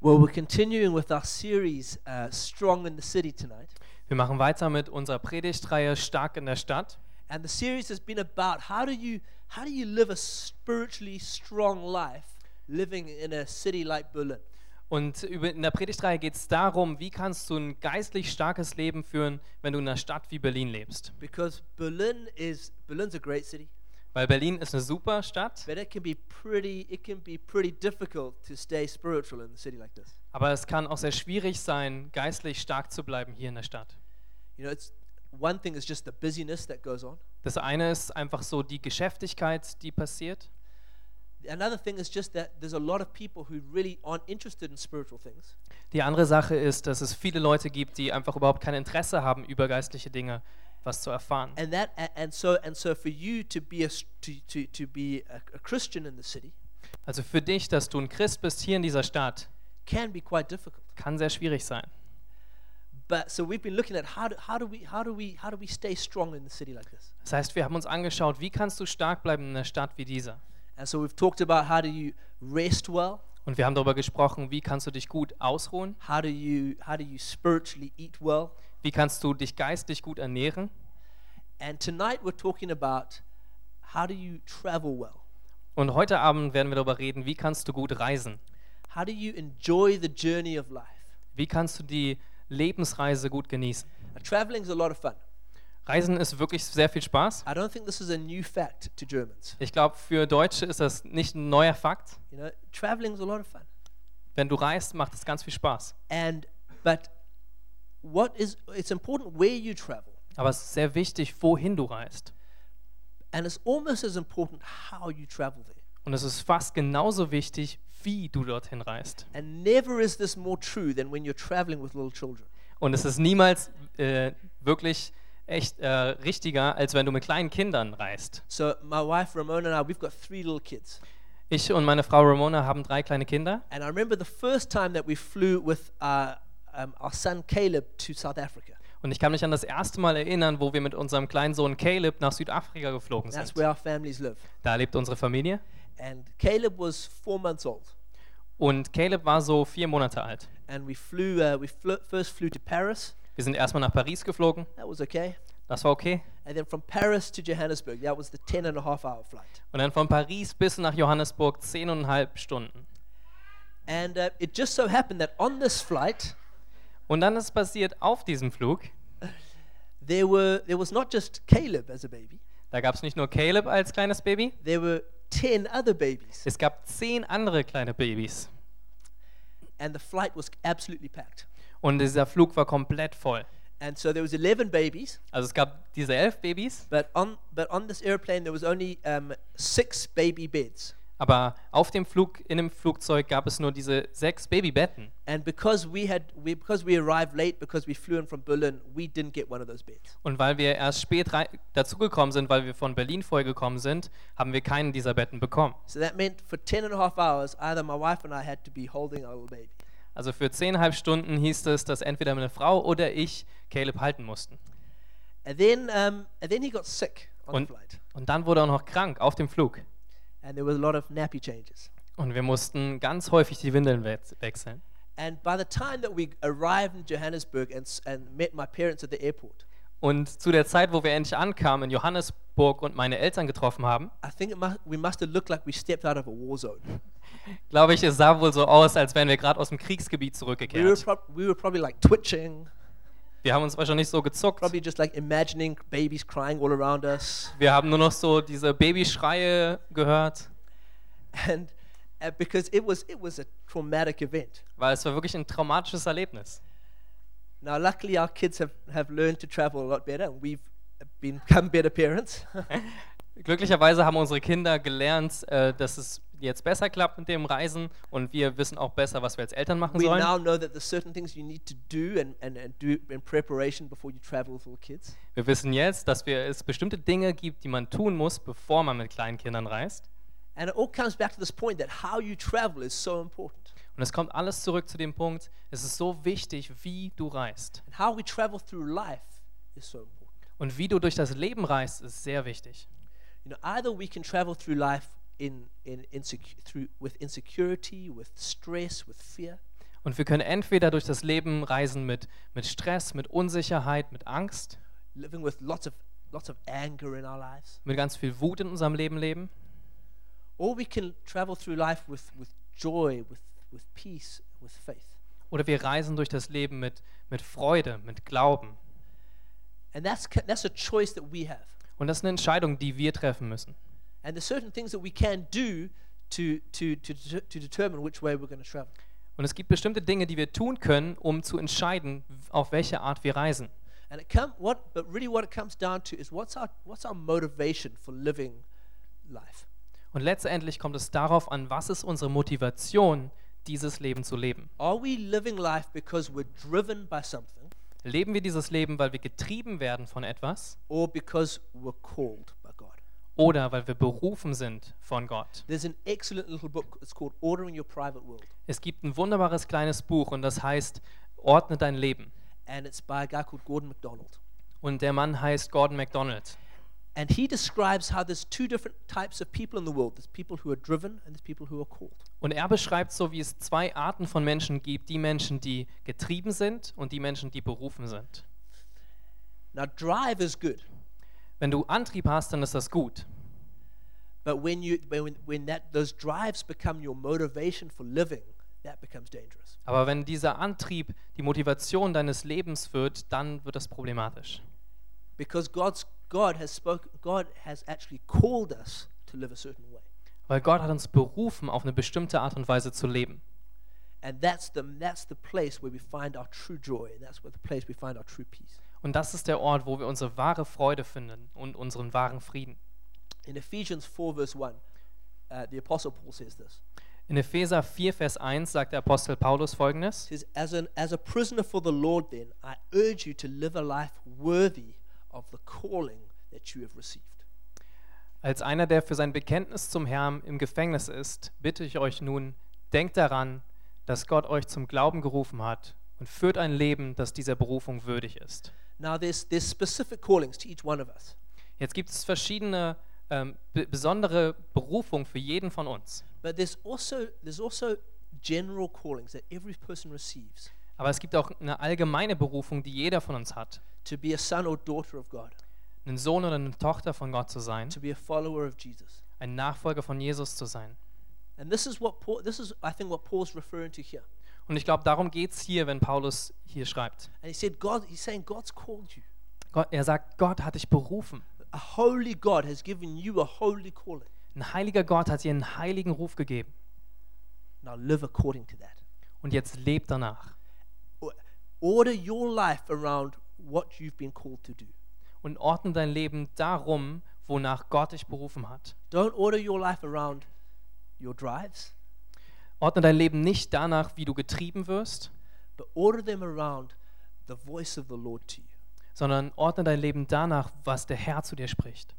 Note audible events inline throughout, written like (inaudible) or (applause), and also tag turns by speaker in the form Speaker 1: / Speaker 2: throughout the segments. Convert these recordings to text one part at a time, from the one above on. Speaker 1: Well, we're continuing with our series, uh, Strong in the City, tonight.
Speaker 2: Wir machen weiter mit unserer Predigtreihe Stark in der Stadt.
Speaker 1: And the series has been about how do you, how do you live a spiritually strong life living in a city like Berlin?
Speaker 2: Und über, in der Predigtreihe geht es darum, wie kannst du ein geistlich starkes Leben führen, wenn du in einer Stadt wie Berlin lebst.
Speaker 1: Because Berlin is, Berlin's a great city,
Speaker 2: Weil Berlin ist eine super Stadt,
Speaker 1: but it can be pretty, it can be pretty difficult to stay spiritual in a city like this.
Speaker 2: aber es kann auch sehr schwierig sein, geistlich stark zu bleiben hier in der Stadt.
Speaker 1: You know, it's, one thing is just the busyness that goes on.
Speaker 2: Das eine ist einfach so die Geschäftigkeit, die passiert.
Speaker 1: Another thing is just that there's a lot of people who really aren't interested in spiritual things.
Speaker 2: Die andere Sache ist, dass es viele Leute gibt, die einfach überhaupt kein Interesse haben, über geistliche Dinge was zu erfahren.
Speaker 1: and that a- and so and so for you to be a s- to, to, to be a, a christian in the city
Speaker 2: Also für dich, dass du ein Christ bist hier in dieser Stadt,
Speaker 1: can be quite difficult
Speaker 2: kann sehr schwierig sein.
Speaker 1: but so we've been looking at how do, how do we how do we how do we stay strong in the city like this
Speaker 2: Das heißt, wir haben uns angeschaut, wie kannst du stark bleiben in einer Stadt wie dieser?
Speaker 1: and so we've talked about how do you rest well
Speaker 2: Und wir haben darüber gesprochen, wie kannst du dich gut ausruhen?
Speaker 1: how do you how do you spiritually eat well
Speaker 2: Wie kannst du dich geistlich gut ernähren?
Speaker 1: and tonight we're talking about how do you travel well
Speaker 2: Und heute Abend werden wir darüber reden, wie kannst du gut reisen?
Speaker 1: how do you enjoy the journey of life
Speaker 2: Wie kannst du die Lebensreise gut genießen?
Speaker 1: Now, traveling's a lot of fun
Speaker 2: Reisen ist wirklich sehr viel Spaß.
Speaker 1: i don't think this is a new fact to germans
Speaker 2: Ich glaube, für Deutsche ist das nicht ein neuer Fakt.
Speaker 1: you know traveling's a lot of fun
Speaker 2: Wenn du reist, macht es ganz viel Spaß.
Speaker 1: and but what is it's important where you travel
Speaker 2: Aber es ist sehr wichtig, wohin du reist.
Speaker 1: and it's almost as important how you travel there
Speaker 2: Und es ist fast genauso wichtig, wie du dorthin reist.
Speaker 1: and never is this more true than when you're traveling with little children
Speaker 2: Und es ist niemals äh, wirklich echt äh, richtiger, als wenn du mit kleinen Kindern reist.
Speaker 1: so my wife ramona and i we've got three little kids
Speaker 2: Ich und meine Frau Ramona haben drei kleine Kinder.
Speaker 1: and i remember the first time that we flew with our, um, our son caleb to south africa
Speaker 2: Und ich kann mich an das erste Mal erinnern, wo wir mit unserem kleinen Sohn Caleb nach Südafrika geflogen sind.
Speaker 1: that's where our families live
Speaker 2: Da lebt unsere Familie.
Speaker 1: and caleb was four months old
Speaker 2: Und Caleb war so vier Monate alt.
Speaker 1: and we flew uh, we flew, first flew to paris
Speaker 2: Wir sind erstmal nach Paris geflogen.
Speaker 1: that was okay
Speaker 2: Das war okay.
Speaker 1: and then from paris to johannesburg that was the 10 and a half hour flight
Speaker 2: Und dann von Paris bis nach Johannesburg zehneinhalb Stunden.
Speaker 1: And uh, it just so happened that on this flight,
Speaker 2: Und dann ist passiert auf diesem Flug,
Speaker 1: there were there was not just Caleb as a baby.
Speaker 2: da gab es nicht nur Caleb als kleines Baby,
Speaker 1: There were ten other babies,
Speaker 2: es gab zehn andere kleine Babys.
Speaker 1: and the flight was absolutely packed.
Speaker 2: Und dieser Flug war komplett voll.
Speaker 1: And so there was eleven babies,
Speaker 2: Also es gab diese elf Babys,
Speaker 1: but on but on this airplane there was only um, six baby beds.
Speaker 2: aber auf dem Flug, in dem Flugzeug gab es nur diese sechs Babybetten.
Speaker 1: And because we had we because we arrived late because we flew in from Berlin, we didn't get one of those beds.
Speaker 2: Und weil wir erst spät rei- dazugekommen sind, weil wir von Berlin vorher gekommen sind, haben wir keinen dieser Betten bekommen.
Speaker 1: So that meant for ten and a half hours, either my wife and I had to be holding our little baby.
Speaker 2: Also für zehneinhalb Stunden hieß es, dass entweder meine Frau oder ich Caleb halten mussten.
Speaker 1: And then um, and then he got sick on
Speaker 2: Und,
Speaker 1: the flight,
Speaker 2: und dann wurde er noch krank auf dem Flug.
Speaker 1: and there was a lot of nappy changes.
Speaker 2: Und wir mussten ganz häufig die Windeln we wechseln.
Speaker 1: And by the time that we arrived in Johannesburg and, s- and met my parents at the airport,
Speaker 2: Und zu der Zeit, wo wir endlich ankamen in Johannesburg und meine Eltern getroffen haben,
Speaker 1: I think it must, we must have looked like we stepped out of a war zone.
Speaker 2: glaube ich, es sah wohl so aus, als wären wir gerade aus dem Kriegsgebiet
Speaker 1: We were,
Speaker 2: zurückgekehrt.
Speaker 1: prob- we were probably like twitching,
Speaker 2: Wir haben uns wahrscheinlich so gezuckt.
Speaker 1: probably just like imagining babies crying all around us.
Speaker 2: Wir haben nur noch so diese Babyschreie gehört,
Speaker 1: And uh, because it was, it was a traumatic event.
Speaker 2: weil es war wirklich ein traumatisches Erlebnis.
Speaker 1: Now, luckily, our kids have, have learned to travel a lot better, and we've uh, become better parents.
Speaker 2: Glücklicherweise haben unsere Kinder gelernt, äh, dass es jetzt besser klappt mit dem Reisen und wir wissen auch besser, was wir als Eltern machen
Speaker 1: (laughs) we
Speaker 2: sollen.
Speaker 1: now know that there's certain things you need to do and, and, and do in preparation before you travel with little kids.
Speaker 2: Wir wissen jetzt, dass wir, es bestimmte Dinge gibt, die man tun muss, bevor man mit kleinen Kindern reist.
Speaker 1: And it all comes back to this point that how you travel is so important.
Speaker 2: Und es kommt alles zurück zu dem Punkt, es ist so wichtig, wie du reist.
Speaker 1: And how we travel through life is so important.
Speaker 2: Und wie du durch das Leben reist, ist sehr wichtig.
Speaker 1: You know, either we can travel through life in, in insecu- through, with insecurity, with stress, with fear,
Speaker 2: Und wir können entweder durch das Leben reisen mit, mit Stress, mit Unsicherheit, mit Angst,
Speaker 1: living with lots of lots of anger in our lives,
Speaker 2: mit ganz viel Wut in unserem Leben leben.
Speaker 1: or we can travel through life with with joy, with with peace, with faith.
Speaker 2: Oder wir reisen durch das Leben mit, mit Freude, mit Glauben.
Speaker 1: And that's ca- that's a choice that we have.
Speaker 2: Und das ist eine Entscheidung, die wir treffen müssen.
Speaker 1: And there's certain things that we can do to to to de- to determine which way we're going to travel.
Speaker 2: Und es gibt bestimmte Dinge, die wir tun können, um zu entscheiden, auf welche Art wir reisen.
Speaker 1: And it come what but really what it comes down to is what's our what's our motivation for living life?
Speaker 2: Und letztendlich kommt es darauf an, was ist unsere Motivation, dieses Leben zu leben.
Speaker 1: Are we living life because we're driven by something
Speaker 2: Leben wir dieses Leben, weil wir getrieben werden von etwas
Speaker 1: or because we're called by God?
Speaker 2: oder weil wir berufen sind von Gott?
Speaker 1: There's an excellent little book. It's called Ordering Your Private World,
Speaker 2: Es gibt ein wunderbares kleines Buch und das heißt Ordne dein Leben.
Speaker 1: and it's by a guy called Gordon MacDonald.
Speaker 2: Und der Mann heißt Gordon MacDonald.
Speaker 1: And he describes how there's two different types of people in the world. There's people who are driven and there's people who are called.
Speaker 2: Und er beschreibt so, wie es zwei Arten von Menschen gibt. Die Menschen, die getrieben sind und die Menschen, die berufen sind.
Speaker 1: Now, drive is good,
Speaker 2: Wenn du Antrieb hast, dann ist das gut.
Speaker 1: but when you when, when that those drives become your motivation for living, that becomes dangerous.
Speaker 2: Aber wenn dieser Antrieb die Motivation deines Lebens wird, dann wird das problematisch.
Speaker 1: Because God's God has spoken. God has actually called us to live a certain way,
Speaker 2: Weil Gott hat uns berufen, auf eine bestimmte Art und Weise zu leben.
Speaker 1: and that's the that's the place where we find our true joy, and that's where the place we find our true peace.
Speaker 2: Und das ist der Ort, wo wir unsere wahre Freude finden und unseren wahren Frieden.
Speaker 1: In Ephesians 4, verse 1, uh, the Apostle Paul says this.
Speaker 2: In Epheser 4, Vers 1 sagt der Apostel Paulus folgendes:
Speaker 1: He says, as, an, as a prisoner for the Lord, then, I urge you to live a life worthy of the calling that you have received.
Speaker 2: Als einer, der für sein Bekenntnis zum Herrn im Gefängnis ist, bitte ich euch nun, denkt daran, dass Gott euch zum Glauben gerufen hat und führt ein Leben, das dieser Berufung würdig ist.
Speaker 1: Now, there's, there's specific callings to each one of us,
Speaker 2: Jetzt gibt es verschiedene ähm, be- besondere Berufungen für jeden von uns.
Speaker 1: but there's also, there's also general callings that every person receives
Speaker 2: Aber es gibt auch eine allgemeine Berufung, die jeder von uns hat.
Speaker 1: to be a son or daughter of God,
Speaker 2: Ein Sohn oder eine Tochter von Gott zu sein,
Speaker 1: to be a follower of Jesus.
Speaker 2: ein Nachfolger von Jesus zu sein.
Speaker 1: And this is what Paul, this is, I think, what Paul's referring to here.
Speaker 2: Und ich glaube, darum geht es hier, wenn Paulus hier schreibt.
Speaker 1: And he said, God, he's saying, God's called you.
Speaker 2: Gott, er sagt, Gott hat dich berufen.
Speaker 1: A holy God has given you a holy calling.
Speaker 2: Ein heiliger Gott hat dir einen heiligen Ruf gegeben.
Speaker 1: Now live according to that.
Speaker 2: Und jetzt lebt danach.
Speaker 1: Or- Order your life around what you've been called to do.
Speaker 2: Und ordne dein Leben darum, wonach Gott dich berufen hat.
Speaker 1: Don't order your life around your drives,
Speaker 2: Ordne dein Leben nicht danach, wie du getrieben wirst,
Speaker 1: but order them around the voice of the Lord to you.
Speaker 2: sondern ordne dein Leben danach, was der Herr zu dir spricht.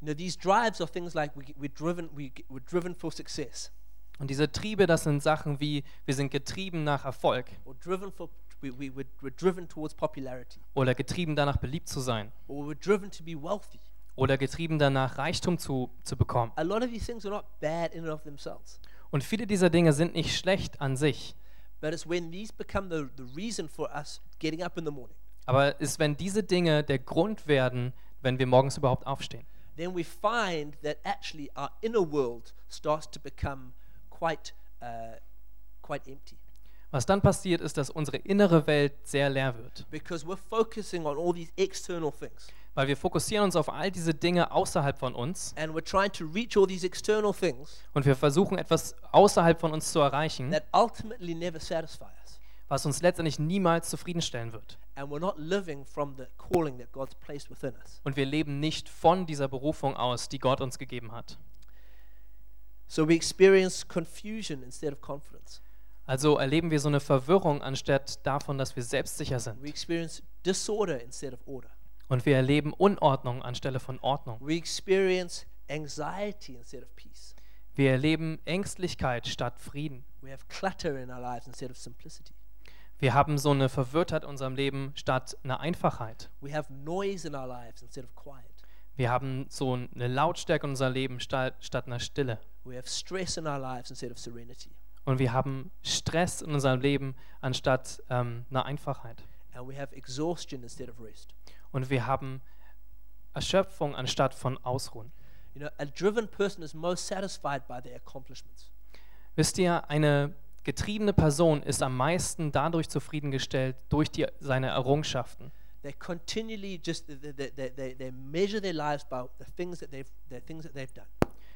Speaker 1: You know, these drives are things like we, we're, driven, we, get- we're driven for success,
Speaker 2: Und diese Triebe, das sind Sachen wie, wir sind getrieben nach Erfolg
Speaker 1: or driven for, we, we, we're, we're driven towards popularity,
Speaker 2: oder getrieben danach, beliebt zu sein
Speaker 1: or we're driven to be wealthy.
Speaker 2: oder getrieben danach, Reichtum zu, zu bekommen.
Speaker 1: A lot of these things are not bad in and of themselves,
Speaker 2: Und viele dieser Dinge sind nicht schlecht an sich,
Speaker 1: but it's when these become the, the reason for us getting up in the morning.
Speaker 2: aber ist, wenn diese Dinge der Grund werden, wenn wir morgens überhaupt aufstehen.
Speaker 1: then we find that actually our inner world starts to become quite, uh, quite empty
Speaker 2: Was dann passiert, ist, dass unsere innere Welt sehr leer wird,
Speaker 1: because we're focusing on all these external things
Speaker 2: weil wir fokussieren uns auf all diese Dinge außerhalb von uns
Speaker 1: and we're trying to reach all these external things
Speaker 2: und wir versuchen etwas außerhalb von uns zu erreichen,
Speaker 1: that ultimately never satisfy us.
Speaker 2: was uns letztendlich niemals zufriedenstellen wird.
Speaker 1: And we're not living from the calling that God's placed within us.
Speaker 2: Und wir leben nicht von dieser Berufung aus, die Gott uns gegeben hat.
Speaker 1: So we experience confusion instead of confidence.
Speaker 2: Also erleben wir so eine Verwirrung anstatt davon, dass wir selbstsicher
Speaker 1: We
Speaker 2: sind.
Speaker 1: experience disorder instead of order.
Speaker 2: Und wir erleben Unordnung anstelle von Ordnung.
Speaker 1: We experience anxiety instead of peace.
Speaker 2: Wir erleben Ängstlichkeit statt Frieden.
Speaker 1: We have clutter in our lives instead of simplicity.
Speaker 2: Wir haben so eine Verwirrtheit in unserem Leben statt einer Einfachheit.
Speaker 1: We have noise in our lives instead of quiet.
Speaker 2: Wir haben so eine Lautstärke in unserem Leben statt, statt einer Stille.
Speaker 1: We have stress in our lives instead of serenity.
Speaker 2: und wir haben Stress in unserem Leben anstatt ähm, einer Einfachheit.
Speaker 1: and we have exhaustion instead of rest.
Speaker 2: Und wir haben Erschöpfung anstatt von Ausruhen.
Speaker 1: You know, a driven person is most satisfied by their accomplishments.
Speaker 2: Wisst ihr, eine getriebene Person ist am meisten dadurch zufriedengestellt durch die, seine Errungenschaften.
Speaker 1: They continually just they, they, they, they, they measure their lives by the things that they've the things that they've done.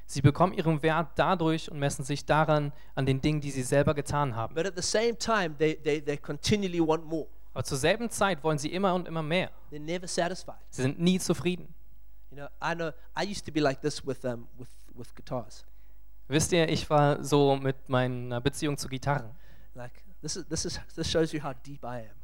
Speaker 2: Sie bekommen ihren Wert dadurch und messen sich daran an den Dingen, die sie selber getan haben.
Speaker 1: But at the same time, they, they, they continually want more.
Speaker 2: Aber zur selben Zeit wollen sie immer und immer mehr.
Speaker 1: They're never satisfied.
Speaker 2: Sie sind nie zufrieden.
Speaker 1: You know, I know I used to be like this with um with with guitars.
Speaker 2: Wisst ihr, ich war so mit meiner Beziehung zu Gitarren.
Speaker 1: Like this is this is this shows you how deep I am.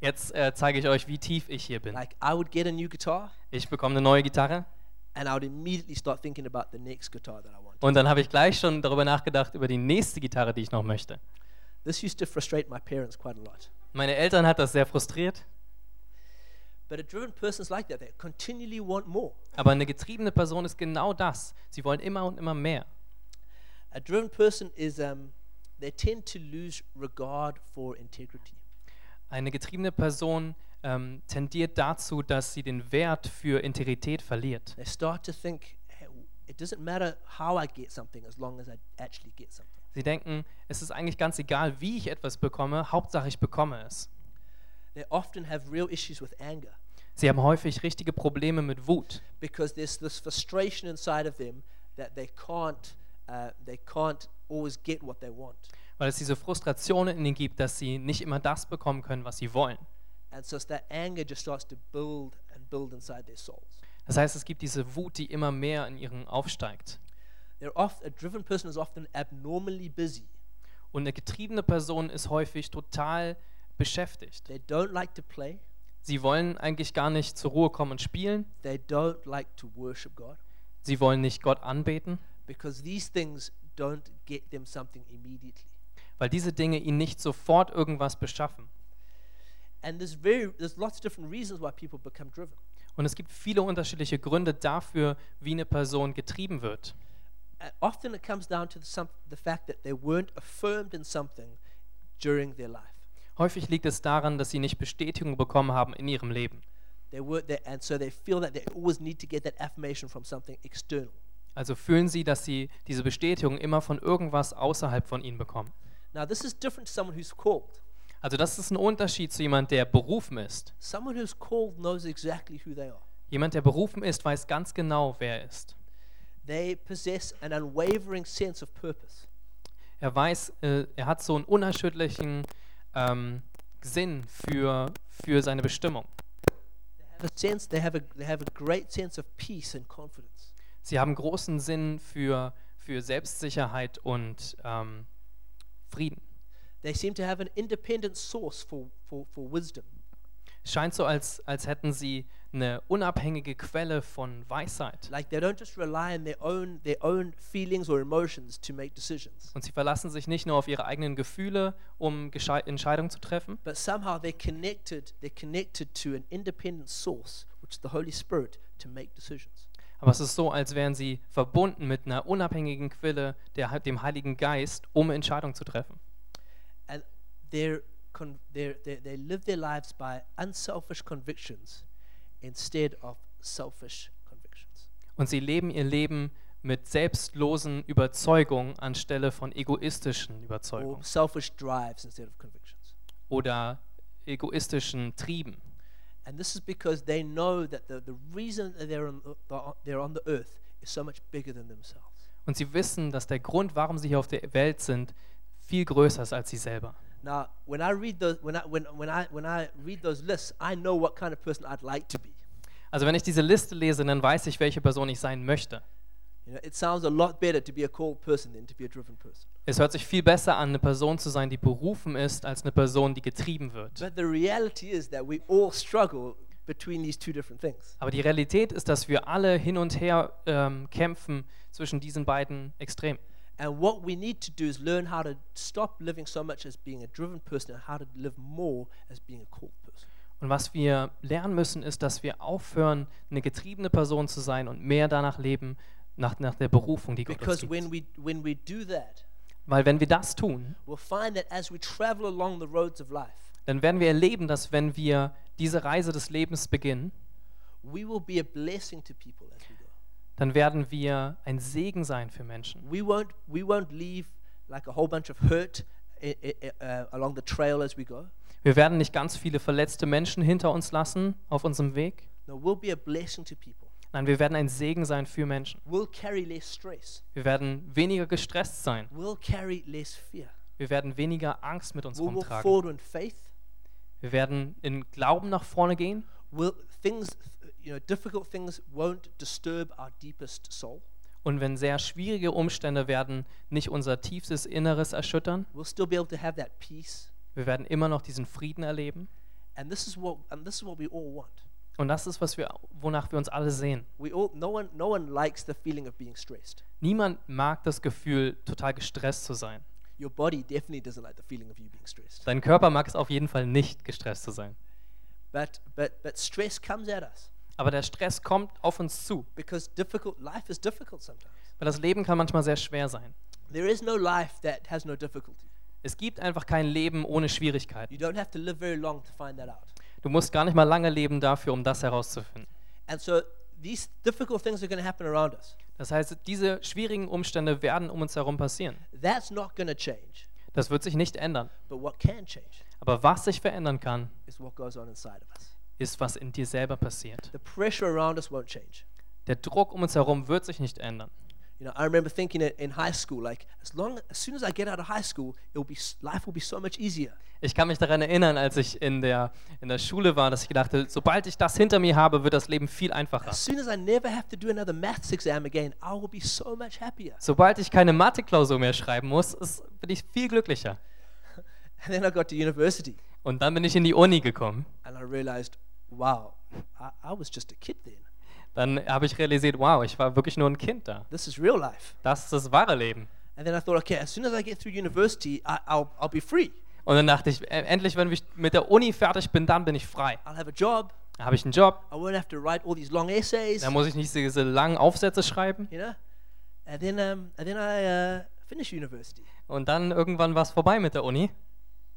Speaker 2: Jetzt äh, zeige ich euch, wie tief ich hier bin.
Speaker 1: Like I would get a new guitar
Speaker 2: Ich bekomme eine neue Gitarre
Speaker 1: and I would immediately start thinking about the next guitar that I want.
Speaker 2: und dann habe ich gleich schon darüber nachgedacht, über die nächste Gitarre, die ich noch möchte.
Speaker 1: This used to frustrate my parents quite a lot.
Speaker 2: Meine Eltern hat das sehr frustriert,
Speaker 1: But a driven person is like that. They continually want more.
Speaker 2: aber eine getriebene Person ist genau das. Sie wollen immer und immer mehr.
Speaker 1: A driven person is um, they tend to lose regard for integrity.
Speaker 2: Eine getriebene Person ähm, tendiert dazu, dass sie den Wert für Integrität verliert.
Speaker 1: They start to think hey, it doesn't matter how I get something as long as I actually get something.
Speaker 2: Sie denken, es ist eigentlich ganz egal, wie ich etwas bekomme, Hauptsache ich bekomme es.
Speaker 1: They often have real issues with anger
Speaker 2: Sie haben häufig richtige Probleme mit Wut,
Speaker 1: because there's this frustration inside of them that they can't uh, they can't always get what they want,
Speaker 2: weil es diese Frustration in ihnen gibt, dass sie nicht immer das bekommen können, was sie wollen.
Speaker 1: and so it's that anger just starts to build and build inside their souls.
Speaker 2: Das heißt, es gibt diese Wut, die immer mehr in ihren aufsteigt.
Speaker 1: They're oft, a driven person is often abnormally busy.
Speaker 2: Und eine getriebene Person ist häufig total beschäftigt.
Speaker 1: They don't like to play.
Speaker 2: Sie wollen eigentlich gar nicht zur Ruhe kommen und spielen.
Speaker 1: They don't like to worship God.
Speaker 2: Sie wollen nicht Gott anbeten,
Speaker 1: because these things don't get them something immediately.
Speaker 2: weil diese Dinge ihnen nicht sofort irgendwas beschaffen.
Speaker 1: And there's very there's lots of different reasons why people become driven.
Speaker 2: Und es gibt viele unterschiedliche Gründe dafür, wie eine Person getrieben wird.
Speaker 1: And Uh, often it comes down to the, some, the fact that they weren't affirmed in something during their life.
Speaker 2: Häufig liegt es daran, dass sie nicht Bestätigung bekommen haben in ihrem Leben.
Speaker 1: They were there, and so they feel that they always need to get that affirmation from something external.
Speaker 2: Also fühlen sie, dass sie diese Bestätigung immer von irgendwas außerhalb von ihnen bekommen.
Speaker 1: Now this is different to someone who's called.
Speaker 2: Also das ist ein Unterschied zu jemand, der berufen ist.
Speaker 1: Someone who's called knows exactly who they are.
Speaker 2: Jemand, der berufen ist, weiß ganz genau, wer er ist.
Speaker 1: They possess an unwavering sense of purpose.
Speaker 2: Er weiß, äh, er hat so einen unerschütterlichen ähm, Sinn für, für seine Bestimmung.
Speaker 1: They have a sense. They have a they have a great sense of peace and confidence.
Speaker 2: Sie haben großen Sinn für, für Selbstsicherheit und ähm, Frieden.
Speaker 1: They seem to have an independent source for, for, for wisdom.
Speaker 2: Scheint so, als, als hätten sie eine unabhängige Quelle von Weisheit.
Speaker 1: Like they don't just rely on their own, their own feelings or emotions to make decisions,
Speaker 2: Und sie verlassen sich nicht nur auf ihre eigenen Gefühle, um geschei- Entscheidungen zu treffen,
Speaker 1: but somehow they're connected, they're connected to an independent source, which is the Holy Spirit, to make decisions.
Speaker 2: aber es ist so, als wären sie verbunden mit einer unabhängigen Quelle, der, dem Heiligen Geist, um Entscheidungen zu treffen.
Speaker 1: And they're con- they're, they they live their lives by unselfish convictions instead of selfish convictions.
Speaker 2: Und sie leben ihr Leben mit selbstlosen Überzeugungen anstelle von egoistischen
Speaker 1: Or
Speaker 2: Überzeugungen
Speaker 1: selfish drives instead of convictions.
Speaker 2: oder egoistischen Trieben.
Speaker 1: And this is because they know that the, the reason that they're on, the, they're on the earth is so much bigger than themselves.
Speaker 2: Und sie wissen, dass der Grund, warum sie hier auf der Welt sind, viel größer ist als sie selber.
Speaker 1: Now, when I read those, when I, when, when I, when I read those lists, I know what kind of person I'd like to be.
Speaker 2: Also wenn ich diese Liste lese, dann weiß ich, welche Person ich sein möchte.
Speaker 1: You know, it sounds a lot better to be a called person than to be a driven person.
Speaker 2: Es hört sich viel besser an, eine Person zu sein, die berufen ist, als eine Person, die getrieben wird.
Speaker 1: But the reality is that we all struggle between these two different things.
Speaker 2: Aber die Realität ist, dass wir alle hin und her ähm, kämpfen zwischen diesen beiden Extremen.
Speaker 1: And what we need to do is learn how to stop living so much as being a driven person and how to live more as being a called person.
Speaker 2: Und was wir lernen müssen, ist, dass wir aufhören, eine getriebene Person zu sein und mehr danach leben, nach, nach der Berufung, die Gott uns
Speaker 1: Because
Speaker 2: gibt.
Speaker 1: when we, when we do that,
Speaker 2: Weil wenn wir das tun,
Speaker 1: we'll find that as we travel along the roads of life,
Speaker 2: dann werden wir erleben, dass wenn wir diese Reise des Lebens beginnen,
Speaker 1: we will be a blessing to people as we go.
Speaker 2: dann werden wir ein Segen sein für Menschen.
Speaker 1: We won't, we won't leave like a whole bunch of hurt i- i- i- uh, along the trail as we go.
Speaker 2: Wir werden nicht ganz viele verletzte Menschen hinter uns lassen auf unserem Weg.
Speaker 1: No, we'll be a blessing to people.
Speaker 2: Nein, wir werden ein Segen sein für Menschen.
Speaker 1: We'll carry less stress.
Speaker 2: Wir werden weniger gestresst sein.
Speaker 1: We'll carry less fear.
Speaker 2: Wir werden weniger Angst mit uns
Speaker 1: We'll walk
Speaker 2: rumtragen.
Speaker 1: forward in faith.
Speaker 2: Wir werden in Glauben nach vorne gehen.
Speaker 1: We'll, things, you know, difficult things won't disturb our deepest soul.
Speaker 2: Und wenn sehr schwierige Umstände werden, nicht unser tiefstes Inneres erschüttern.
Speaker 1: We'll still be able to have that peace.
Speaker 2: Wir werden immer noch diesen Frieden erleben.
Speaker 1: And this is what, and this is what we all want.
Speaker 2: Und das ist, was wir, wonach wir uns alle sehen.
Speaker 1: We all, no one, no one likes the feeling of being stressed.
Speaker 2: Niemand mag das Gefühl, total gestresst zu sein.
Speaker 1: Your body definitely doesn't like the feeling of you being stressed.
Speaker 2: Dein Körper mag es auf jeden Fall nicht, gestresst zu sein.
Speaker 1: But, but, but stress comes at us
Speaker 2: Aber der Stress kommt auf uns zu,
Speaker 1: because difficult life is difficult sometimes.
Speaker 2: weil das Leben kann manchmal sehr schwer sein.
Speaker 1: There is no life that has no difficulty.
Speaker 2: Es gibt einfach kein Leben ohne
Speaker 1: You
Speaker 2: Schwierigkeiten.
Speaker 1: don't have to live very long to find that out.
Speaker 2: Du musst gar nicht mal lange leben dafür, um das herauszufinden.
Speaker 1: And so these difficult things are going to happen around us.
Speaker 2: Das heißt, diese schwierigen Umstände werden um uns herum passieren.
Speaker 1: That's not going to change.
Speaker 2: Das wird sich nicht ändern.
Speaker 1: But what can change
Speaker 2: Aber was sich verändern kann,
Speaker 1: is what goes on inside of us.
Speaker 2: ist, was in dir selber passiert.
Speaker 1: The pressure around us won't change.
Speaker 2: Der Druck um uns herum wird sich nicht ändern.
Speaker 1: You know, I remember thinking it in high school, like as long as soon as I get out of high school, it'll be s- life will be so much easier.
Speaker 2: Ich kann mich daran erinnern, als ich in der, in der Schule war, dass ich dachte, sobald ich das hinter mir habe, wird das Leben viel einfacher.
Speaker 1: As soon as I never have to do another maths exam again, I will be so much happier. (laughs)
Speaker 2: Sobald ich keine Mathe-Klausur mehr schreiben muss, ist, bin ich viel glücklicher.
Speaker 1: And then I got to university,
Speaker 2: Und dann bin ich in die Uni gekommen.
Speaker 1: and I realized, wow, I, I was just a kid then.
Speaker 2: Dann habe ich realisiert, wow, ich war wirklich nur ein Kind da.
Speaker 1: This is real life.
Speaker 2: Das ist das wahre Leben.
Speaker 1: And then I thought, okay, as soon as I get through university, I, I'll I'll be free.
Speaker 2: Und dann dachte ich, e- endlich, wenn ich mit der Uni fertig bin, dann bin ich frei.
Speaker 1: I'll have a job.
Speaker 2: Dann habe ich einen Job,
Speaker 1: I won't have to write all these long essays.
Speaker 2: dann muss ich nicht diese langen Aufsätze schreiben.
Speaker 1: you know. And then, um, and then I uh, finished university,
Speaker 2: Und dann irgendwann war es vorbei mit der Uni.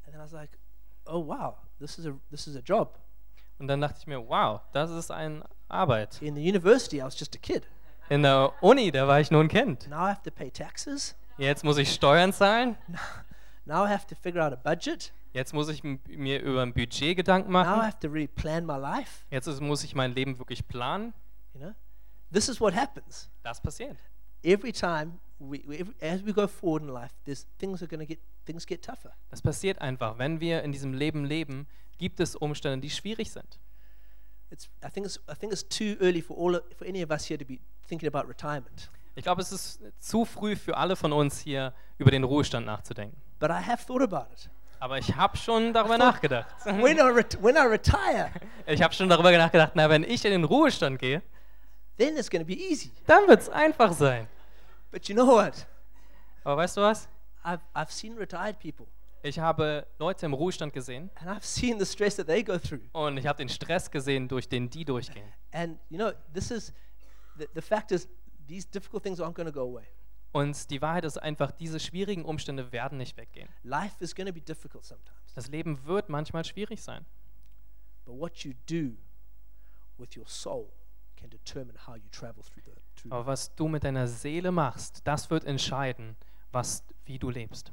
Speaker 1: and then I was like, oh wow, this is a this is a job.
Speaker 2: Und dann dachte ich mir, wow, das ist eine Arbeit.
Speaker 1: In the university, I was just a kid.
Speaker 2: In der Uni, da war ich nur ein Kind.
Speaker 1: Now I have to pay taxes. (laughs)
Speaker 2: Jetzt muss ich Steuern zahlen.
Speaker 1: Now I have to figure out a budget.
Speaker 2: Jetzt muss ich m- mir über ein Budget Gedanken
Speaker 1: Now I
Speaker 2: machen.
Speaker 1: have to really plan my life.
Speaker 2: Jetzt ist, muss ich mein Leben wirklich planen.
Speaker 1: You know, this is what happens
Speaker 2: Das passiert.
Speaker 1: every time we, we every, as we go forward in life. There's things are going to get things get tougher.
Speaker 2: Das passiert einfach. Wenn wir in diesem Leben leben, gibt es Umstände, die schwierig sind.
Speaker 1: It's I think it's I think it's too early for all for any of us here to be thinking about retirement.
Speaker 2: Ich glaube, es ist zu früh für alle von uns hier über den Ruhestand nachzudenken.
Speaker 1: But I have thought about it.
Speaker 2: (laughs) Aber ich habe schon darüber nachgedacht.
Speaker 1: When I ret- when I retire,
Speaker 2: (laughs) Ich habe schon darüber nachgedacht, na, wenn ich in den Ruhestand gehe,
Speaker 1: then it's going to be easy.
Speaker 2: dann wird es einfach sein.
Speaker 1: But you know what?
Speaker 2: Aber weißt du was?
Speaker 1: I've, I've seen retired people
Speaker 2: Ich habe Leute im Ruhestand gesehen
Speaker 1: and I've seen the stress that they go through.
Speaker 2: und ich habe den Stress gesehen, durch den die durchgehen.
Speaker 1: And you know, this is the, the fact is, these difficult things aren't going to go away.
Speaker 2: Und die Wahrheit ist einfach, diese schwierigen Umstände werden nicht weggehen.
Speaker 1: Life is going to be difficult sometimes.
Speaker 2: Das Leben wird manchmal schwierig sein.
Speaker 1: But what you do with your soul can determine how you travel through the through.
Speaker 2: Aber was du mit deiner Seele machst, das wird entscheiden, was, wie du lebst.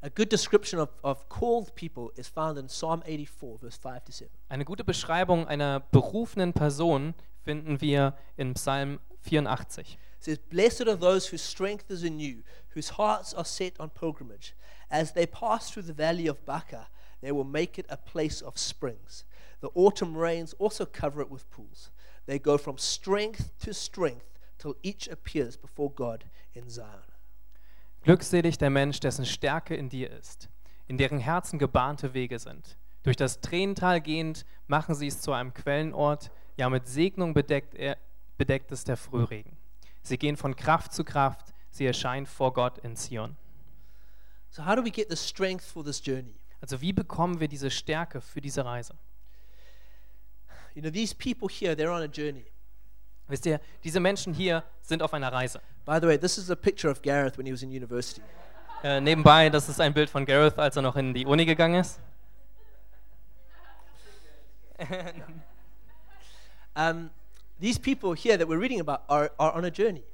Speaker 1: A good description of, of called people is found in Psalm 84, verse 5 to 7.
Speaker 2: Eine gute Beschreibung einer berufenen Person finden wir in Psalm 84.
Speaker 1: It says, Blessed are those whose strength is anew, whose hearts are set on pilgrimage. As they pass through the valley of Baca, they will make it a place of springs. The autumn rains also cover it with pools. They go from strength to strength till each appears before God in Zion.
Speaker 2: Glückselig der Mensch, dessen Stärke in dir ist, in deren Herzen gebahnte Wege sind. Durch das Tränental gehend machen sie es zu einem Quellenort, ja mit Segnung bedeckt, er, bedeckt ist der Frühregen. Sie gehen von Kraft zu Kraft, sie erscheinen vor Gott in Zion.
Speaker 1: So, how do we get the strength for this journey?
Speaker 2: Also wie bekommen wir diese Stärke für diese Reise?
Speaker 1: You know, these people here, they're on a journey.
Speaker 2: Wisst ihr, diese Menschen hier sind auf einer Reise.
Speaker 1: By the way, this is a picture of Gareth when he was in university.
Speaker 2: Äh, nebenbei, das ist ein Bild von Gareth, als er noch in die Uni gegangen ist.
Speaker 1: Um, these people here that we're reading about are, are on a journey.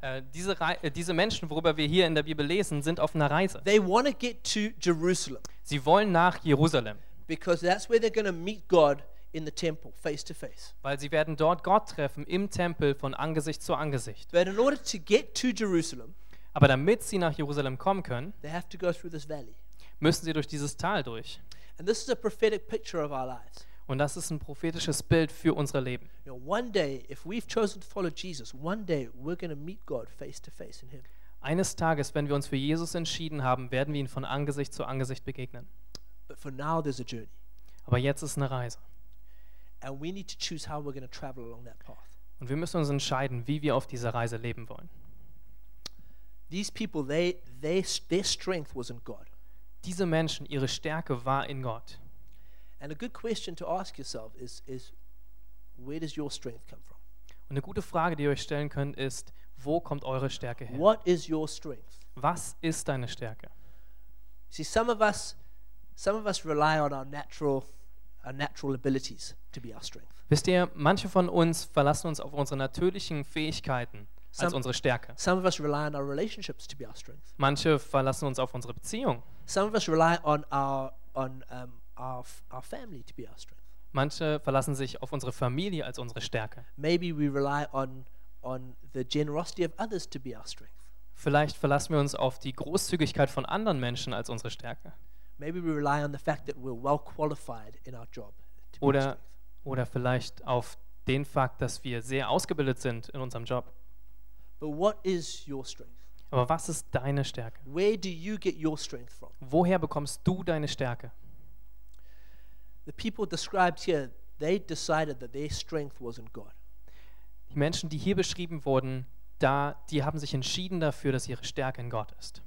Speaker 2: Äh, diese, Rei- äh, diese Menschen, worüber wir hier in der Bibel lesen, sind auf einer Reise.
Speaker 1: They want to get to Jerusalem
Speaker 2: Sie wollen nach Jerusalem,
Speaker 1: because that's where they're going to meet God in the temple face to face.
Speaker 2: weil sie werden dort Gott treffen im Tempel von Angesicht zu Angesicht.
Speaker 1: But in order to get to Jerusalem,
Speaker 2: Aber damit sie nach Jerusalem kommen können,
Speaker 1: they have to go through this valley.
Speaker 2: müssen sie durch dieses Tal durch.
Speaker 1: And this is a prophetic picture of our lives.
Speaker 2: Und das ist ein prophetisches Bild für unser Leben.
Speaker 1: You know, one day, if we've chosen to follow Jesus, one day we're going to meet God face to face in Him.
Speaker 2: Eines Tages, wenn wir uns für Jesus entschieden haben, werden wir ihm von Angesicht zu Angesicht begegnen.
Speaker 1: But for now, there's a journey.
Speaker 2: Aber jetzt ist eine Reise.
Speaker 1: And we need to choose how we're going to travel along that path.
Speaker 2: Und wir müssen uns entscheiden, wie wir auf dieser Reise leben wollen.
Speaker 1: These people, they, they, their strength was in God.
Speaker 2: Diese Menschen, ihre Stärke war in Gott.
Speaker 1: And a good question to ask yourself is, is where does your strength come from?
Speaker 2: Und eine gute Frage, die ihr euch stellen könnt, ist, wo kommt eure Stärke her?
Speaker 1: What is your strength?
Speaker 2: Was ist deine Stärke?
Speaker 1: See, some of us, some of us rely on our natural, our natural abilities to be our strength.
Speaker 2: Wisst ihr, manche von uns verlassen uns auf unsere natürlichen Fähigkeiten als
Speaker 1: Some-
Speaker 2: unsere Stärke.
Speaker 1: Some of us rely on our relationships to be our strength.
Speaker 2: Manche verlassen uns auf unsere Beziehung.
Speaker 1: Some of us rely on our, on um, our, f- our family to be our strength.
Speaker 2: Manche verlassen sich auf unsere Familie als unsere Stärke.
Speaker 1: Maybe we rely on, on the generosity of others to be our strength.
Speaker 2: Vielleicht verlassen wir uns auf die Großzügigkeit von anderen Menschen als unsere Stärke.
Speaker 1: Maybe we rely on the fact that we're well qualified in our job to be our
Speaker 2: Oder,
Speaker 1: strength.
Speaker 2: oder vielleicht auf den Fakt, dass wir sehr ausgebildet sind in unserem Job.
Speaker 1: But what is your strength?
Speaker 2: Aber was ist deine Stärke?
Speaker 1: Where do you get your strength from?
Speaker 2: Woher bekommst du deine Stärke?
Speaker 1: The people described here, they decided that their strength was in God.
Speaker 2: Die Menschen, die hier beschrieben wurden, da, die haben sich entschieden dafür, dass ihre Stärke in Gott ist.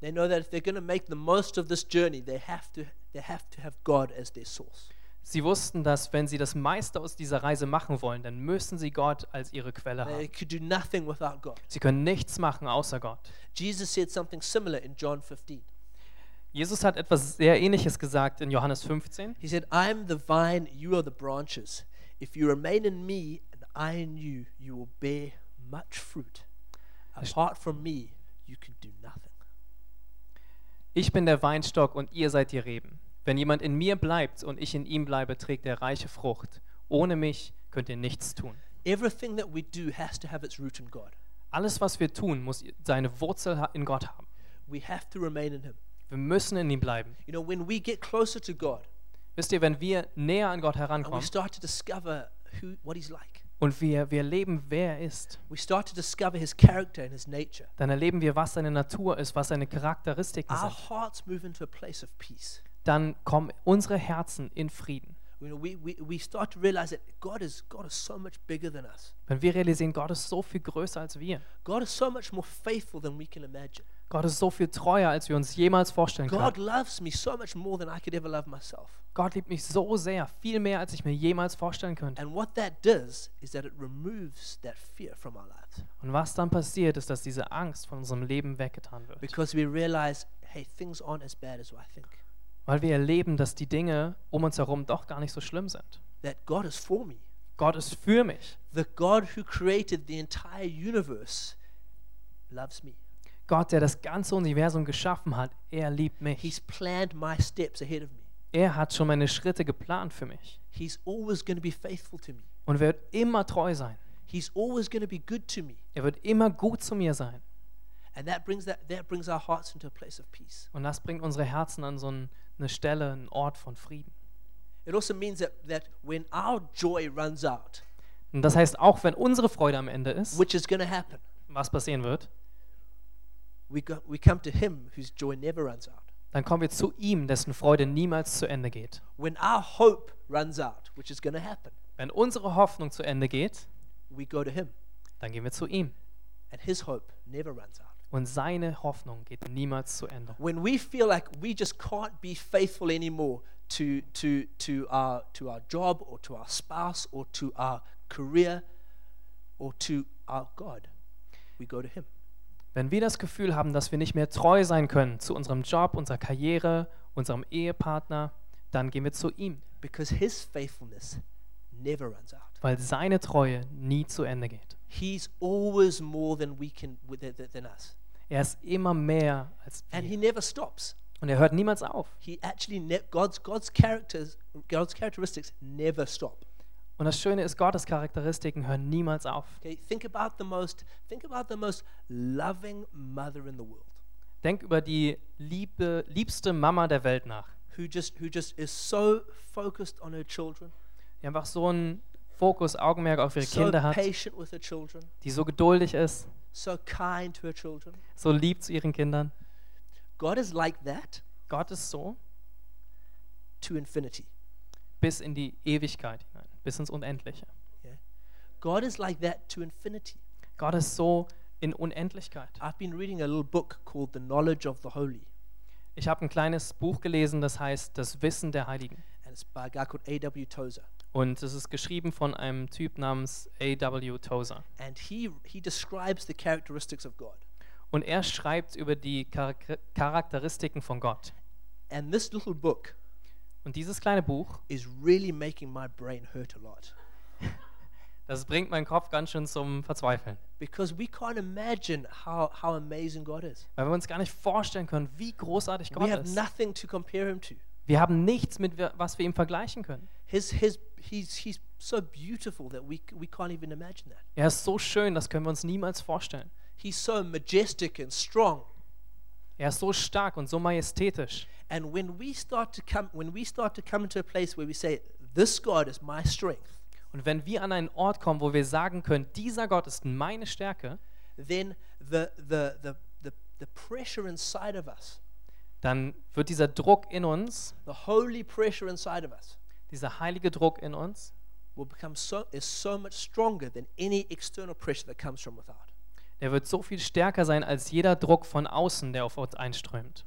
Speaker 1: They know that if they're going to make the most of this journey, they have to they have to have God as their source.
Speaker 2: Sie wussten, dass wenn sie das meiste aus dieser Reise machen wollen, dann müssen sie Gott als ihre Quelle
Speaker 1: They
Speaker 2: haben.
Speaker 1: could do nothing without God.
Speaker 2: Sie können nichts machen außer Gott.
Speaker 1: Jesus said something similar in John 15.
Speaker 2: Jesus hat etwas sehr Ähnliches gesagt in Johannes 15.
Speaker 1: He said, "I am the vine, you are the branches. If you remain in me and I in you, you will bear much fruit. Apart from me, you can do nothing."
Speaker 2: Ich bin der Weinstock und ihr seid die Reben. Wenn jemand in mir bleibt und ich in ihm bleibe, trägt er reiche Frucht. Ohne mich könnt ihr nichts tun.
Speaker 1: Everything that we do has to have its root in God.
Speaker 2: Alles, was wir tun, muss seine Wurzel ha- in Gott haben.
Speaker 1: We have to remain in him.
Speaker 2: Wir müssen in ihm bleiben.
Speaker 1: You know, when we get closer to God
Speaker 2: Wisst ihr, wenn wir näher an Gott
Speaker 1: and we
Speaker 2: herankommen
Speaker 1: start to discover who, what He's like,
Speaker 2: und wir, wir erleben, wer er ist,
Speaker 1: we start to discover His character and His nature.
Speaker 2: dann erleben wir, was seine Natur ist, was seine Charakteristiken
Speaker 1: Our
Speaker 2: sind.
Speaker 1: hearts move into a place of peace.
Speaker 2: Dann kommen unsere Herzen in Frieden.
Speaker 1: You know, we, we, we start to realize that God is God is so much bigger than us.
Speaker 2: Wenn wir realisieren, Gott ist so viel größer als wir.
Speaker 1: God is so much more faithful than we can imagine.
Speaker 2: Gott ist so viel treuer, als wir uns jemals vorstellen
Speaker 1: God
Speaker 2: können.
Speaker 1: loves me so much more than I could ever love myself.
Speaker 2: Gott liebt mich so sehr, viel mehr, als ich mir jemals vorstellen könnte.
Speaker 1: And what that does is that it removes that fear from our lives
Speaker 2: Und was dann passiert, ist, dass diese Angst von unserem Leben weggetan wird.
Speaker 1: because we realize, hey, things aren't as bad as I think.
Speaker 2: Weil wir erleben, dass die Dinge um uns herum doch gar nicht so schlimm sind.
Speaker 1: That God is for me.
Speaker 2: Gott ist für mich.
Speaker 1: The God who created the entire universe loves me.
Speaker 2: Gott, der das ganze Universum geschaffen hat, er liebt
Speaker 1: He's
Speaker 2: mich.
Speaker 1: planned my steps ahead of me.
Speaker 2: Er hat schon meine Schritte geplant für mich
Speaker 1: He's always going to be faithful to me.
Speaker 2: und wird immer treu sein.
Speaker 1: He's always going to be good to me.
Speaker 2: Er wird immer gut zu mir sein.
Speaker 1: And that brings that that brings our hearts into a place of peace.
Speaker 2: Und das bringt unsere Herzen an so ein- eine Stelle, einen Ort von Frieden.
Speaker 1: It also means that that when our joy runs out,
Speaker 2: Und das heißt, auch wenn unsere Freude am Ende ist,
Speaker 1: which is going to happen,
Speaker 2: was passieren wird,
Speaker 1: we go, we come to him whose joy never runs out.
Speaker 2: dann kommen wir zu ihm, dessen Freude niemals zu Ende geht.
Speaker 1: When our hope runs out, which is going to happen,
Speaker 2: Wenn unsere Hoffnung zu Ende geht,
Speaker 1: we go to him
Speaker 2: dann gehen wir zu ihm.
Speaker 1: and his hope never runs out.
Speaker 2: Und seine Hoffnung geht niemals zu Ende.
Speaker 1: When we feel like we just can't be faithful anymore to to to our to our job or to our spouse or to our career or to our God, we go to him.
Speaker 2: Wenn wir das Gefühl haben, dass wir nicht mehr treu sein können zu unserem Job, unserer Karriere, unserem Ehepartner, dann gehen wir zu ihm,
Speaker 1: because his faithfulness never runs out.
Speaker 2: weil seine Treue nie zu Ende geht.
Speaker 1: He's always more than we can with- than, than us,
Speaker 2: Er ist immer mehr als
Speaker 1: and he
Speaker 2: wir.
Speaker 1: never stops.
Speaker 2: Und er hört niemals auf.
Speaker 1: He actually ne- God's God's characters God's characteristics never stop.
Speaker 2: Und das Schöne ist, Gottes Charakteristiken hören niemals auf.
Speaker 1: Okay, think about the most think about the most loving mother in the world
Speaker 2: Denk über die liebe, liebste Mama der Welt nach,
Speaker 1: who just who just is so focused on her children,
Speaker 2: die einfach so einen Fokus, Augenmerk auf ihre
Speaker 1: so
Speaker 2: Kinder hat,
Speaker 1: patient with her children,
Speaker 2: die so geduldig ist,
Speaker 1: so kind to her children.
Speaker 2: so lieb zu ihren Kindern.
Speaker 1: God is like that
Speaker 2: Gott ist so
Speaker 1: to infinity.
Speaker 2: bis in die Ewigkeit hinein, bis ins Unendliche.
Speaker 1: God is like that to infinity.
Speaker 2: Gott ist so in Unendlichkeit.
Speaker 1: I've been reading a little book called The Knowledge of the Holy,
Speaker 2: Ich habe ein kleines Buch gelesen, das heißt Das Wissen der Heiligen.
Speaker 1: and it's by a guy called A.W. Tozer.
Speaker 2: Und es ist geschrieben von einem Typ namens A.W. Tozer.
Speaker 1: And he, he describes the characteristics of God.
Speaker 2: Und er schreibt über die Charak- Charakteristiken von Gott.
Speaker 1: And this little book
Speaker 2: Und dieses kleine Buch,
Speaker 1: is really making my brain hurt a lot
Speaker 2: das bringt meinen Kopf ganz schön zum Verzweifeln.
Speaker 1: because we can't imagine how, how amazing God is.
Speaker 2: Weil wir uns gar nicht vorstellen können, wie großartig Gott
Speaker 1: we have
Speaker 2: ist.
Speaker 1: nothing to compare him to.
Speaker 2: Wir haben nichts, mit wir- was wir ihm vergleichen können.
Speaker 1: His, his, he's, he's so beautiful that we, c- we can't even imagine that.
Speaker 2: Er ist so schön, das können wir uns niemals vorstellen.
Speaker 1: He's so majestic and strong.
Speaker 2: Er ist so stark und so majestätisch.
Speaker 1: And when we start to come, when we start to come into a place where we say, "This God is my strength,"
Speaker 2: Und wenn wir an einen Ort kommen, wo wir sagen können, dieser Gott ist meine Stärke,
Speaker 1: then the the the the, the pressure inside of us,
Speaker 2: dann wird dieser Druck in uns,
Speaker 1: the holy pressure inside of us,
Speaker 2: dieser heilige Druck in uns,
Speaker 1: will become so is so much stronger than any external pressure that comes from without.
Speaker 2: der wird so viel stärker sein als jeder Druck von außen, der auf uns einströmt.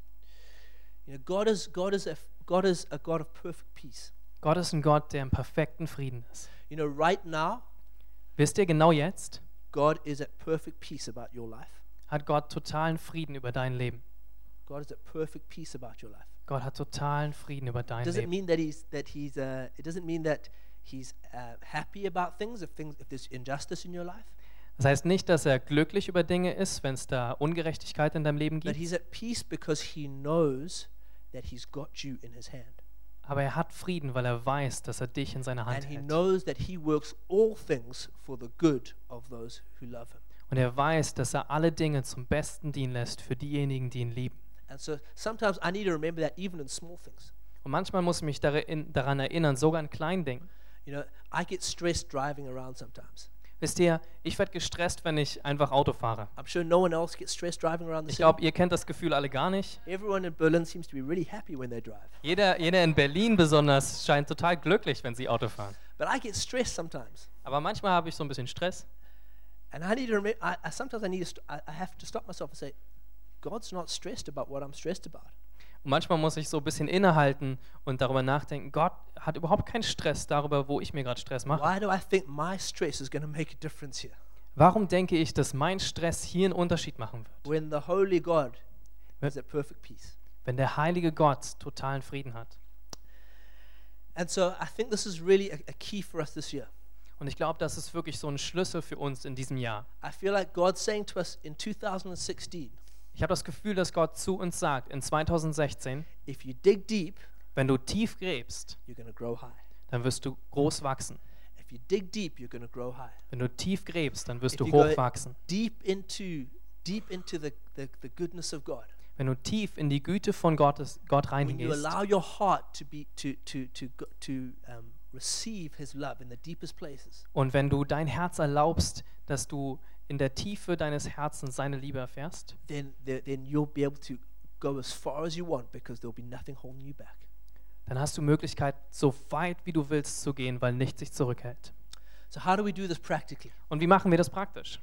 Speaker 1: You know, God is God is a God is a God of perfect peace.
Speaker 2: Gott ist ein Gott, der im perfekten Frieden ist.
Speaker 1: You know, right now,
Speaker 2: Wisst ihr, genau jetzt
Speaker 1: God is at perfect peace about your life.
Speaker 2: hat Gott totalen Frieden über dein Leben.
Speaker 1: God is at perfect peace about your life.
Speaker 2: Gott hat totalen Frieden über dein
Speaker 1: doesn't
Speaker 2: Leben.
Speaker 1: mean that he's that he's uh, it doesn't mean that he's uh, happy about things if things if there's injustice in your life
Speaker 2: Das heißt nicht, dass er glücklich über Dinge ist, wenn es da Ungerechtigkeit in deinem Leben
Speaker 1: but
Speaker 2: gibt,
Speaker 1: he's at peace because he knows that he's got you in his hand
Speaker 2: aber er hat Frieden, weil er weiß, dass er dich in seiner
Speaker 1: and
Speaker 2: Hand
Speaker 1: he
Speaker 2: hält.
Speaker 1: knows that he works all things for the good of those who love him
Speaker 2: Und er weiß, dass er alle Dinge zum Besten dienen lässt für diejenigen, die ihn lieben.
Speaker 1: and so sometimes i need to remember that even in small things
Speaker 2: Und manchmal muss ich mich darin- daran erinnern, sogar an kleinen Dingen.
Speaker 1: you know i get stressed driving around sometimes
Speaker 2: Wisst ihr, ich werde gestresst, wenn ich einfach Auto fahre.
Speaker 1: i'm sure no one else gets stressed driving around the
Speaker 2: Ich
Speaker 1: city
Speaker 2: glaube, ihr kennt das Gefühl alle gar nicht.
Speaker 1: everyone in berlin seems to be really happy when they drive
Speaker 2: Jeder, jeder in Berlin besonders scheint total glücklich, wenn sie Auto fahren.
Speaker 1: but i get stressed sometimes
Speaker 2: Aber manchmal habe ich so ein bisschen Stress.
Speaker 1: And I need to remember, I, I, sometimes I need to, st- I, I have to stop myself and say, God's not stressed about what I'm stressed about.
Speaker 2: Und manchmal muss ich so ein bisschen innehalten und darüber nachdenken, Gott hat überhaupt keinen Stress darüber, wo ich mir gerade Stress mache.
Speaker 1: Why do I think my stress is going to make a difference here
Speaker 2: Warum denke ich, dass mein Stress hier einen Unterschied machen wird,
Speaker 1: when the Holy God
Speaker 2: Yep.
Speaker 1: is at perfect peace?
Speaker 2: wenn der heilige Gott totalen Frieden hat?
Speaker 1: And so I think this is really a, a key for us this year.
Speaker 2: Und ich glaube, das ist wirklich so ein Schlüssel für uns in diesem Jahr.
Speaker 1: I feel like God's saying to us in 2016
Speaker 2: Ich habe das Gefühl, dass Gott zu uns sagt, in 2016,
Speaker 1: if you dig deep,
Speaker 2: wenn du tief gräbst,
Speaker 1: you're going to grow high.
Speaker 2: dann wirst du groß wachsen.
Speaker 1: If you dig deep, you're going to grow high.
Speaker 2: Wenn du tief gräbst, dann wirst
Speaker 1: If
Speaker 2: du
Speaker 1: you go-
Speaker 2: hoch wachsen.
Speaker 1: Deep into, deep into the, the, the goodness of God.
Speaker 2: Wenn du tief in die Güte von Gottes, Gott
Speaker 1: when you
Speaker 2: reingehst,
Speaker 1: allow your heart to be to to to go- to um, receive his love in the deepest places
Speaker 2: Und wenn du dein Herz erlaubst, dass du in der Tiefe deines Herzens seine Liebe erfährst,
Speaker 1: then the- then you'll be able to go as far as you want because there'll be nothing holding you back
Speaker 2: dann hast du Möglichkeit, so weit wie du willst zu gehen, weil nichts sich zurückhält.
Speaker 1: so how do we do this practically
Speaker 2: Und wie machen wir das praktisch?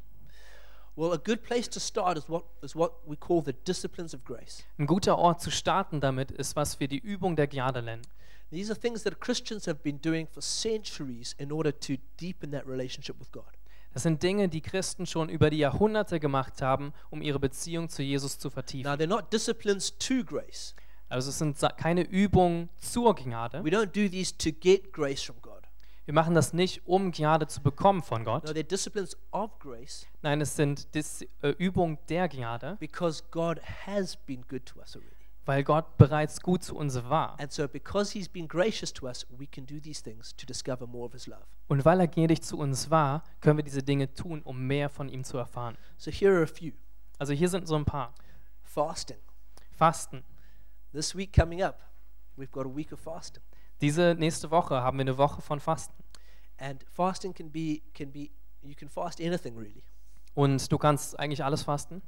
Speaker 1: well a good place to start is what is what we call the disciplines of grace
Speaker 2: Ein guter Ort zu starten damit ist, was wir die Übung der Gnade nennen.
Speaker 1: these are things that christians have been doing for centuries in order to deepen that relationship with god
Speaker 2: Das sind Dinge, die Christen schon über die Jahrhunderte gemacht haben, um ihre Beziehung zu Jesus zu vertiefen.
Speaker 1: Now, they're not disciplines to grace.
Speaker 2: Also es sind sa- keine Übungen zur Gnade.
Speaker 1: We don't do these to get grace from God.
Speaker 2: Wir machen das nicht, um Gnade zu bekommen von
Speaker 1: No,
Speaker 2: Gott.
Speaker 1: they're disciplines of grace
Speaker 2: Nein, es sind Dis äh, Übungen der Gnade,
Speaker 1: because God has been good to us already.
Speaker 2: weil Gott bereits gut zu uns war.
Speaker 1: And so, because He's been gracious to us, we can do these things to discover more of His love.
Speaker 2: Und weil er gnädig zu uns war, können wir diese Dinge tun, um mehr von ihm zu erfahren.
Speaker 1: So, here are a few
Speaker 2: Also hier sind so ein paar.
Speaker 1: fasting.
Speaker 2: Fasten.
Speaker 1: This week coming up, we've got a week of fasting.
Speaker 2: Diese nächste Woche haben wir eine Woche von Fasten.
Speaker 1: And fasting can be, can be you can fast anything really,
Speaker 2: Und du kannst eigentlich alles fasten.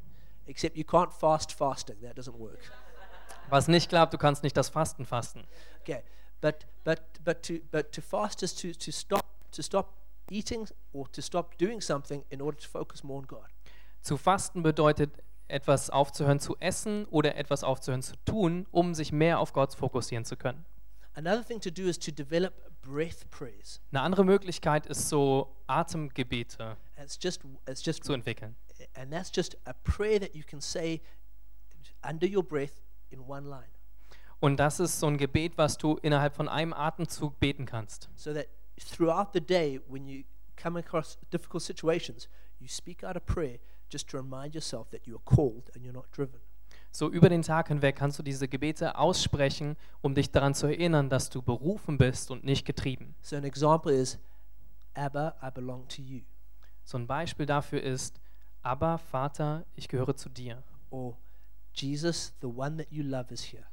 Speaker 1: except you can't fast fasting. That doesn't work.
Speaker 2: Was nicht klappt, du kannst nicht das Fasten fasten.
Speaker 1: Okay, but but but to but to fast is to to stop to stop eating or to stop doing something in order to focus more on God.
Speaker 2: Zu fasten bedeutet, etwas aufzuhören zu essen oder etwas aufzuhören zu tun, um sich mehr auf Gott fokussieren zu können.
Speaker 1: Another thing to do is to develop breath prayers.
Speaker 2: Eine andere Möglichkeit ist so Atemgebete
Speaker 1: And it's just it's just
Speaker 2: zu entwickeln.
Speaker 1: and that's just a prayer that you can say under your breath in one line,
Speaker 2: Und das ist so ein Gebet, was du innerhalb von einem Atemzug beten kannst.
Speaker 1: so that throughout the day when you come across difficult situations, you speak out a prayer just to remind yourself that you are called and you're not driven.
Speaker 2: So über den Tag hinweg kannst du diese Gebete aussprechen, um dich daran zu erinnern, dass du berufen bist und nicht getrieben.
Speaker 1: So an example is, Abba, I belong to you.
Speaker 2: So ein Beispiel dafür ist, aber Vater, ich gehöre zu dir.
Speaker 1: or Jesus, the one that you love is here.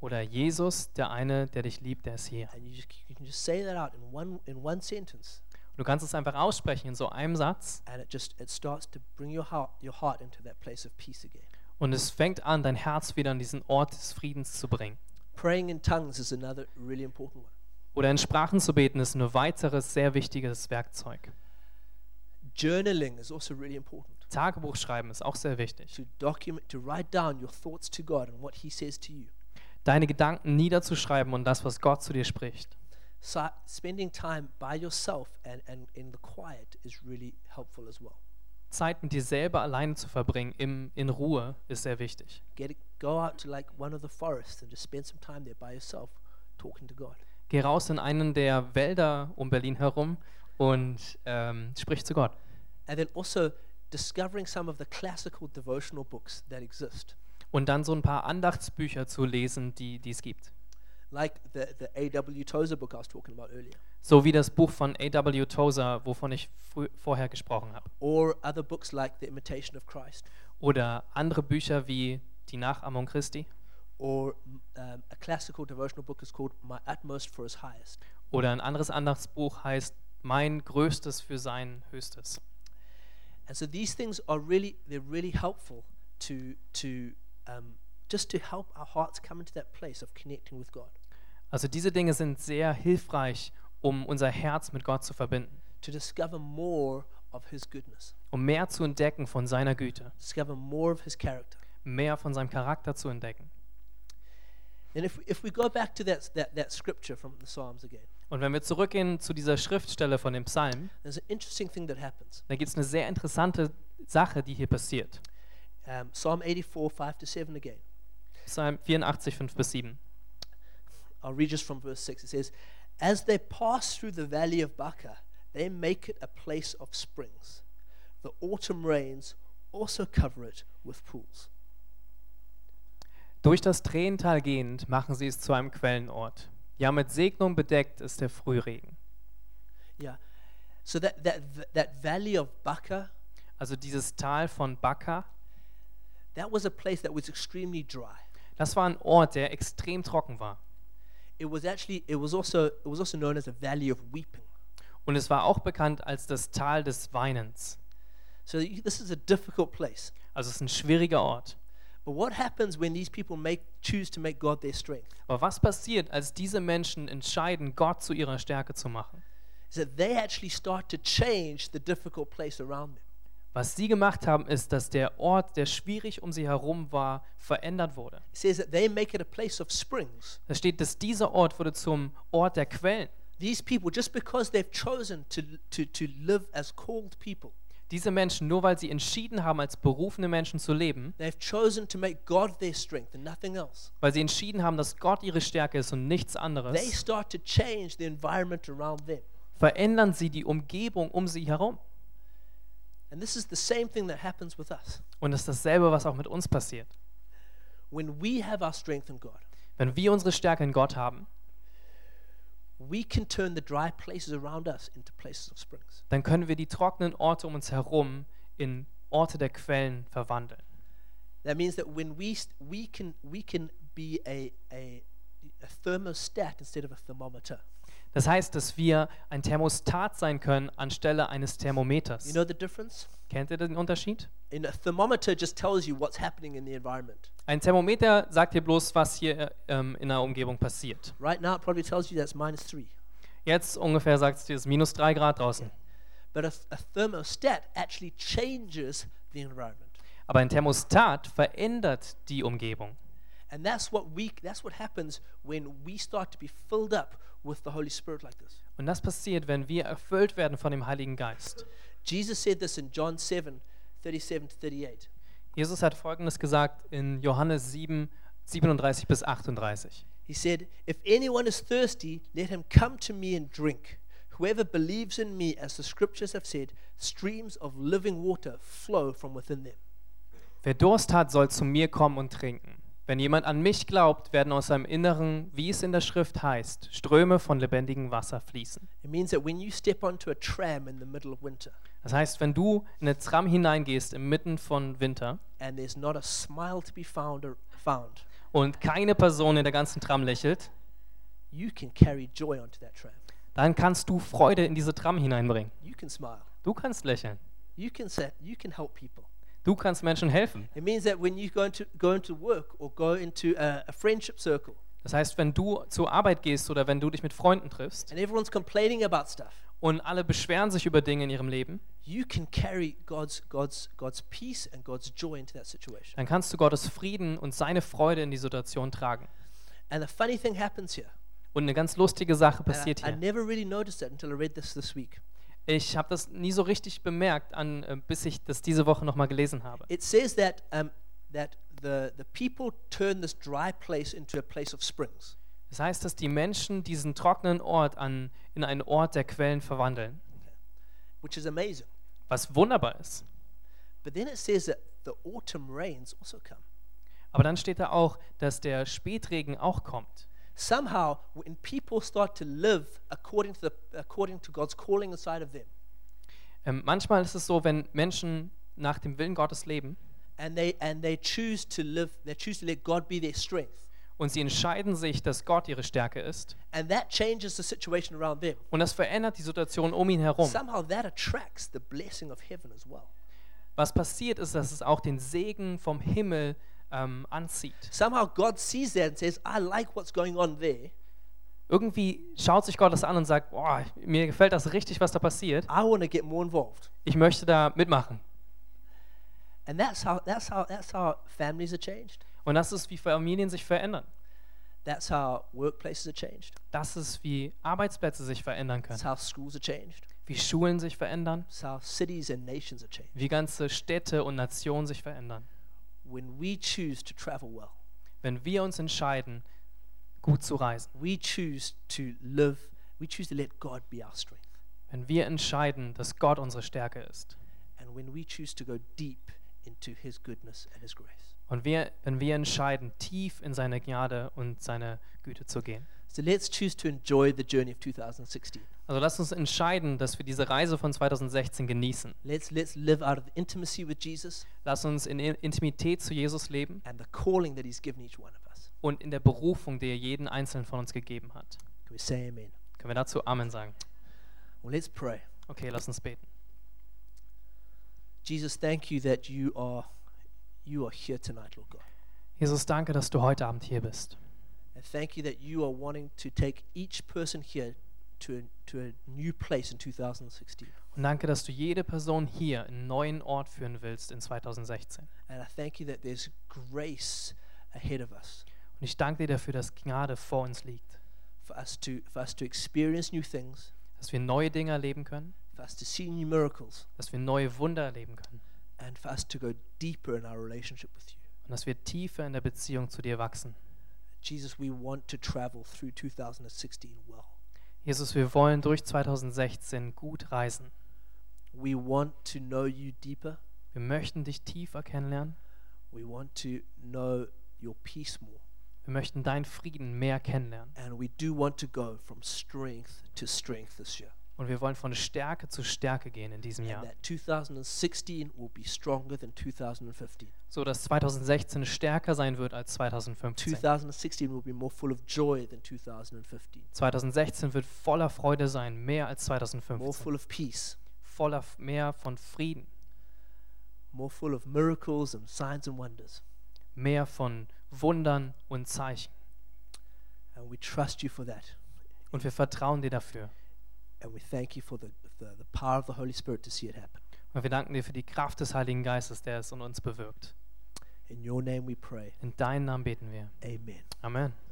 Speaker 2: Oder Jesus, der eine, der dich liebt, der ist hier.
Speaker 1: And you, just, you can just say that out in one in one sentence,
Speaker 2: Du kannst es einfach aussprechen in so einem Satz
Speaker 1: and it just it starts to bring your heart your heart into that place of peace again.
Speaker 2: und es fängt an, dein Herz wieder an diesen Ort des Friedens zu bringen.
Speaker 1: Praying in tongues is another really important one.
Speaker 2: Oder in Sprachen zu beten ist ein weiteres sehr wichtiges Werkzeug.
Speaker 1: Journaling is also really important
Speaker 2: Tagebuch schreiben ist auch sehr wichtig.
Speaker 1: to document to write down your thoughts to God and what He says to you.
Speaker 2: Deine Gedanken niederzuschreiben und das, was Gott zu dir spricht.
Speaker 1: Si- spending time by yourself and, and in the quiet is really helpful as well.
Speaker 2: Zeit mit dir selber alleine zu verbringen, im, in Ruhe, ist sehr wichtig.
Speaker 1: Get it, go out to like one of the forests and just spend some time there by yourself, talking to God.
Speaker 2: Geh raus in einen der Wälder um Berlin herum und ähm, sprich zu Gott.
Speaker 1: and then also discovering some of the classical devotional books that exist,
Speaker 2: Und dann so ein paar Andachtsbücher zu lesen, die die es gibt.
Speaker 1: like the, the A.W. Tozer book I was talking about earlier,
Speaker 2: So wie das Buch von A.W. Tozer, wovon ich frü- vorher gesprochen habe.
Speaker 1: or other books like The Imitation of Christ,
Speaker 2: Oder andere Bücher wie Die Nachahmung Christi.
Speaker 1: or um, a classical devotional book is called My Utmost for His Highest.
Speaker 2: Oder ein anderes Andachtsbuch heißt Mein Größtes für sein Höchstes.
Speaker 1: And so these things are really they're really helpful to to um, just to help our hearts come into that place of connecting with God,
Speaker 2: Also diese Dinge sind sehr hilfreich, um unser Herz mit Gott zu verbinden,
Speaker 1: to discover more of His goodness,
Speaker 2: um mehr zu entdecken von seiner Güte,
Speaker 1: discover more of His character.
Speaker 2: mehr von seinem Charakter zu entdecken.
Speaker 1: And if, if we go back to that, that, that scripture from the Psalms again,
Speaker 2: Und wenn wir zurückgehen zu dieser Schriftstelle von dem Psalm,
Speaker 1: There's an interesting thing that happens.
Speaker 2: dann gibt es eine sehr interessante Sache, die hier passiert.
Speaker 1: Um, Psalm 84, 5 to 7 again.
Speaker 2: Psalm 84, 5 bis 7.
Speaker 1: I'll read just from verse 6. It says, As they pass through the valley of Baca, they make it a place of springs. The autumn rains also cover it with pools.
Speaker 2: Durch das Tränental gehend machen sie es zu einem Quellenort. Ja, mit Segnung bedeckt ist der Frühregen.
Speaker 1: Yeah. So that, that, that valley of Baca,
Speaker 2: Also dieses Tal von Bakka,
Speaker 1: that was a place that was extremely dry.
Speaker 2: das war ein Ort, der extrem trocken war.
Speaker 1: It was actually, it was also, it was also known as a valley of weeping.
Speaker 2: Und es war auch bekannt als das Tal des Weinens.
Speaker 1: So you- this is a difficult place.
Speaker 2: Also es ist ein schwieriger Ort.
Speaker 1: But what happens when these people make, choose to make God their strength?
Speaker 2: Aber was passiert, als diese Menschen entscheiden, Gott zu ihrer Stärke zu machen?
Speaker 1: is that they actually start to change the difficult place around them.
Speaker 2: Was sie gemacht haben, ist, dass der Ort, der schwierig um sie herum war, verändert wurde.
Speaker 1: It says that they make it a place of springs.
Speaker 2: Es steht, dass dieser Ort wurde zum Ort der Quellen.
Speaker 1: These people, just because they've chosen to, to, to live as called people,
Speaker 2: Diese Menschen, nur weil sie entschieden haben, als berufene Menschen zu leben,
Speaker 1: they've chosen to make God their strength and nothing else.
Speaker 2: weil sie entschieden haben, dass Gott ihre Stärke ist und nichts
Speaker 1: They
Speaker 2: anderes,
Speaker 1: start to change the environment around them.
Speaker 2: verändern sie die Umgebung um sie herum.
Speaker 1: And this is the same thing that happens with us.
Speaker 2: Und es ist dasselbe, was auch mit uns passiert.
Speaker 1: When we have our strength in God,
Speaker 2: Wenn wir unsere Stärke in Gott haben,
Speaker 1: we can turn the dry places around us into places of springs.
Speaker 2: dann können wir die trockenen Orte um uns herum in Orte der Quellen verwandeln.
Speaker 1: That means that when we st- we can we can be a a, a thermostat instead of a thermometer.
Speaker 2: Das heißt, dass wir ein Thermostat sein können anstelle eines Thermometers.
Speaker 1: You know the difference?
Speaker 2: Kennt ihr den Unterschied?
Speaker 1: In a thermometer just tells you what's happening in the environment.
Speaker 2: Ein Thermometer sagt dir bloß, was hier ähm, in der Umgebung passiert.
Speaker 1: Right now, it probably tells you that's minus three.
Speaker 2: Jetzt ungefähr sagt es dir, es ist minus 3 Grad draußen.
Speaker 1: But a, th- a thermostat actually changes the environment,
Speaker 2: Aber ein Thermostat verändert die Umgebung.
Speaker 1: and that's what we that's what happens when we start to be filled up with the Holy Spirit like this.
Speaker 2: Und das passiert, wenn wir erfüllt werden von dem Heiligen Geist.
Speaker 1: Jesus said this in John 7, 37 to 38.
Speaker 2: Jesus hat Folgendes gesagt in Johannes 7, 37 bis 38.
Speaker 1: He said, If anyone is thirsty, let him come to me and drink. Whoever believes in me, as the scriptures have said, streams of living water flow from within them.
Speaker 2: Wer Durst hat, soll zu mir kommen und trinken. Wenn jemand an mich glaubt, werden aus seinem Inneren, wie es in der Schrift heißt, Ströme von lebendigem Wasser fließen.
Speaker 1: It means that when you step onto a tram in the middle of winter
Speaker 2: Das heißt, wenn du in eine Tram hineingehst, inmitten von Winter,
Speaker 1: and there's not a smile to be found, or found
Speaker 2: und keine Person in der ganzen Tram lächelt,
Speaker 1: you can carry joy onto that tram.
Speaker 2: dann kannst du Freude in diese Tram hineinbringen.
Speaker 1: You can smile.
Speaker 2: Du kannst lächeln.
Speaker 1: You can, set, you can help people.
Speaker 2: Du kannst Menschen helfen.
Speaker 1: It means that when you go into, go into work or go into a, a friendship circle
Speaker 2: Das heißt, wenn du zur Arbeit gehst oder wenn du dich mit Freunden triffst
Speaker 1: and everyone's complaining about stuff,
Speaker 2: und alle beschweren sich über Dinge in ihrem Leben,
Speaker 1: you can carry God's God's God's peace and God's joy into that situation.
Speaker 2: dann kannst du Gottes Frieden und seine Freude in die Situation tragen.
Speaker 1: And the funny thing happens here.
Speaker 2: Und eine ganz lustige Sache
Speaker 1: and
Speaker 2: passiert
Speaker 1: I, I
Speaker 2: hier.
Speaker 1: never really noticed it until I read this this week.
Speaker 2: Ich habe das nie so richtig bemerkt, an, äh, bis ich das diese Woche nochmal gelesen habe.
Speaker 1: It says that um, that the the people turn this dry place into a place of springs.
Speaker 2: Das heißt, dass die Menschen diesen trockenen Ort an, in einen Ort der Quellen verwandeln,
Speaker 1: Which is amazing.
Speaker 2: was wunderbar ist.
Speaker 1: But then it says that the autumn rains also come.
Speaker 2: Aber dann steht da auch, dass der Spätregen auch kommt.
Speaker 1: Somehow, when people start to live according to the, according to God's calling inside of them,
Speaker 2: Ähm, manchmal ist es so, wenn Menschen nach dem Willen Gottes leben
Speaker 1: and they and they choose to live, they choose to let God be their strength,
Speaker 2: und sie entscheiden sich, dass Gott ihre Stärke ist
Speaker 1: and that changes the situation around them.
Speaker 2: und das verändert die Situation um ihn herum.
Speaker 1: Somehow that attracts the blessing of heaven as well.
Speaker 2: Was passiert ist, dass es auch den Segen vom Himmel ähm, anzieht.
Speaker 1: Somehow God sees that and says, I like what's going on there.
Speaker 2: Irgendwie schaut sich Gott das an und sagt, boah, mir gefällt das richtig, was da passiert.
Speaker 1: I want to get more involved.
Speaker 2: Ich möchte da mitmachen.
Speaker 1: And that's how that's how that's how families are changed.
Speaker 2: Und das ist, wie Familien sich verändern.
Speaker 1: That's how workplaces are changed.
Speaker 2: Das ist, wie Arbeitsplätze sich verändern
Speaker 1: That's
Speaker 2: können,
Speaker 1: how schools are changed.
Speaker 2: wie Schulen sich verändern,
Speaker 1: That's how cities and nations are changed.
Speaker 2: wie ganze Städte und Nationen sich verändern.
Speaker 1: When we choose to travel well,
Speaker 2: Wenn wir uns entscheiden, gut zu reisen,
Speaker 1: we choose to live, we choose to let God be our strength.
Speaker 2: wenn wir entscheiden, dass Gott unsere Stärke ist
Speaker 1: And when we choose to go deep into his goodness and his grace.
Speaker 2: und wir, wenn wir entscheiden, tief in seine Gnade und seine Güte zu gehen.
Speaker 1: So let's choose to enjoy the journey of 2016.
Speaker 2: Also lasst uns entscheiden, dass wir diese Reise von 2016 genießen.
Speaker 1: Let's let's live out of the intimacy with Jesus
Speaker 2: Lasst uns in In- Intimität zu Jesus leben
Speaker 1: and the calling that He's given each one of us.
Speaker 2: und in der Berufung, die er jeden Einzelnen von uns gegeben hat.
Speaker 1: Can we say Amen?
Speaker 2: Können wir dazu Amen sagen?
Speaker 1: Well, let's pray.
Speaker 2: Okay, lasst uns beten.
Speaker 1: Jesus, thank you that you are you are here tonight, Lord God,
Speaker 2: Jesus, danke, dass du heute Abend hier bist.
Speaker 1: and thank you that you are wanting to take each person here to a, to a new place in 2016.
Speaker 2: Und danke, dass du jede Person hier in einen neuen Ort führen willst in 2016.
Speaker 1: And I thank you that there's grace ahead of us.
Speaker 2: Und ich danke dir dafür, dass Gnade vor uns liegt.
Speaker 1: for us to for us to experience new things,
Speaker 2: dass wir neue Dinge erleben können,
Speaker 1: for us to see new miracles,
Speaker 2: dass wir neue Wunder erleben können
Speaker 1: and for us to go deeper in our relationship with you.
Speaker 2: und dass wir tiefer in der Beziehung zu dir wachsen.
Speaker 1: Jesus, we want to travel through 2016 well.
Speaker 2: Jesus, wir wollen durch 2016 gut reisen.
Speaker 1: We want to know you deeper.
Speaker 2: Wir möchten dich tiefer kennenlernen.
Speaker 1: We want to know your peace more.
Speaker 2: Wir möchten deinen Frieden mehr kennenlernen.
Speaker 1: And we do want to go from strength to strength this year.
Speaker 2: Und wir wollen von Stärke zu Stärke gehen in diesem Jahr,
Speaker 1: And that 2016 will be stronger than 2015.
Speaker 2: so dass 2016 stärker sein wird als 2015.
Speaker 1: 2016 will be more full of joy than 2015.
Speaker 2: 2016 wird voller Freude sein, mehr als
Speaker 1: More
Speaker 2: 2015.
Speaker 1: full of peace.
Speaker 2: Voller f- mehr von Frieden,
Speaker 1: More full of miracles and signs and wonders.
Speaker 2: mehr von Wundern und Zeichen.
Speaker 1: And we trust you for that.
Speaker 2: Und wir vertrauen dir dafür.
Speaker 1: And we thank you for the, the, the power of the Holy Spirit to see it happen.
Speaker 2: Und wir danken dir für die Kraft des Heiligen Geistes, der es in uns bewirkt.
Speaker 1: In your name we pray.
Speaker 2: In deinem Namen beten wir.
Speaker 1: Amen.
Speaker 2: Amen.